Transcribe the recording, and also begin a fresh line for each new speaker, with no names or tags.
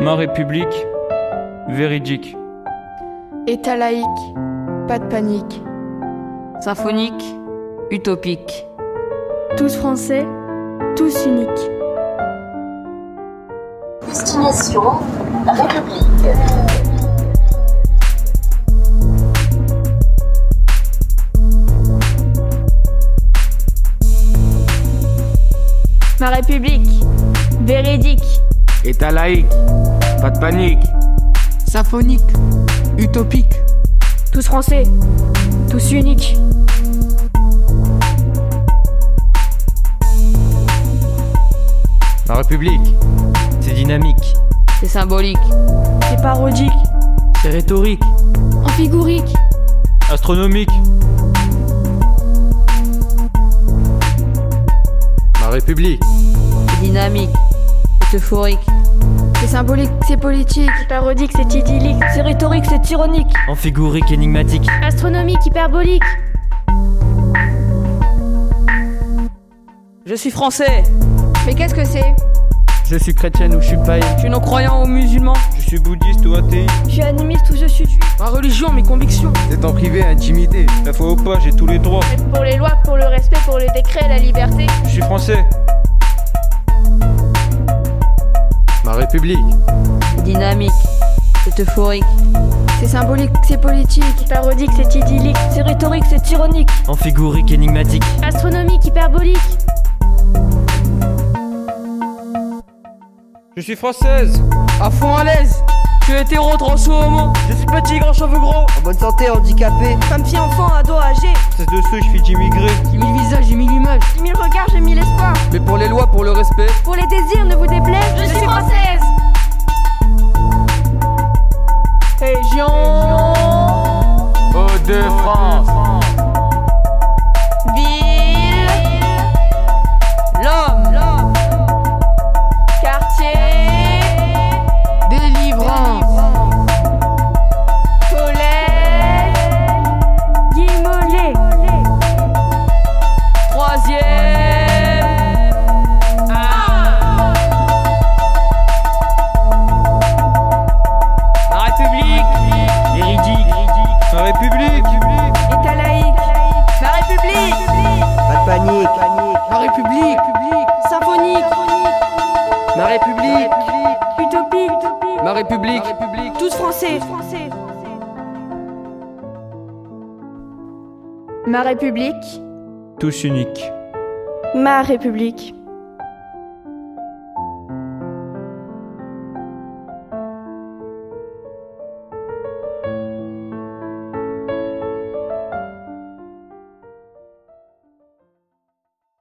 Ma République, Véridique,
État laïque, pas de panique.
Symphonique, utopique.
Tous français, tous uniques.
Destination République.
Ma République, véridique.
État laïque, pas de panique.
Symphonique, utopique.
Tous français, tous uniques.
Ma République, c'est dynamique,
C'est symbolique.
C'est parodique,
C'est rhétorique.
amphigourique.
Astronomique,
Ma République,
C'est dynamique. C'est euphorique.
C'est symbolique, c'est politique.
C'est parodique, c'est idyllique. C'est rhétorique, c'est ironique.
amphigourique, énigmatique.
Astronomique, hyperbolique.
Je suis français,
Mais qu'est-ce que c'est
Je suis chrétienne ou je suis païen.
je suis non-croyant ou musulman.
je suis bouddhiste ou athée.
Je suis animiste ou je suis juif.
Ma religion, mes convictions.
C'est en privé, intimité.
La foi ou pas, j'ai tous les droits.
Pour les lois, pour le respect, pour les décrets, la liberté.
Je suis français,
Ma République,
C'est dynamique. C'est euphorique.
C'est symbolique, c'est politique.
C'est parodique, c'est idyllique. C'est rhétorique, c'est ironique.
amphigourique, énigmatique.
Astronomique, hyperbolique.
je suis française.
À fond à l'aise. Je suis hétéro, transo, homo. Je suis petit, grand, cheveux gros.
En bonne santé, handicapé.
Femme, fille, enfant, ado, âgé.
Espèce de ceux, je suis immigré.
J'ai mis le visage, j'ai mis l'image.
J'ai mis le regard, j'ai mis l'espoir.
Mais pour les lois, pour le respect.
Pour les désirs, ne vous déplaise. Je, suis française.
Hey, Jean.
Au de France.
Ville. L'homme. Quartier.
Délivrance.
Collège.
Guimolée.
Troisième. Ah. La République.
Véridique, Ma République,
État laïque.
La République.
Pas de panique.
La République.
Symphonique.
Ma République.
Utopique.
Ma République.
Tous français. Ma République.
tous uniques.
Ma République.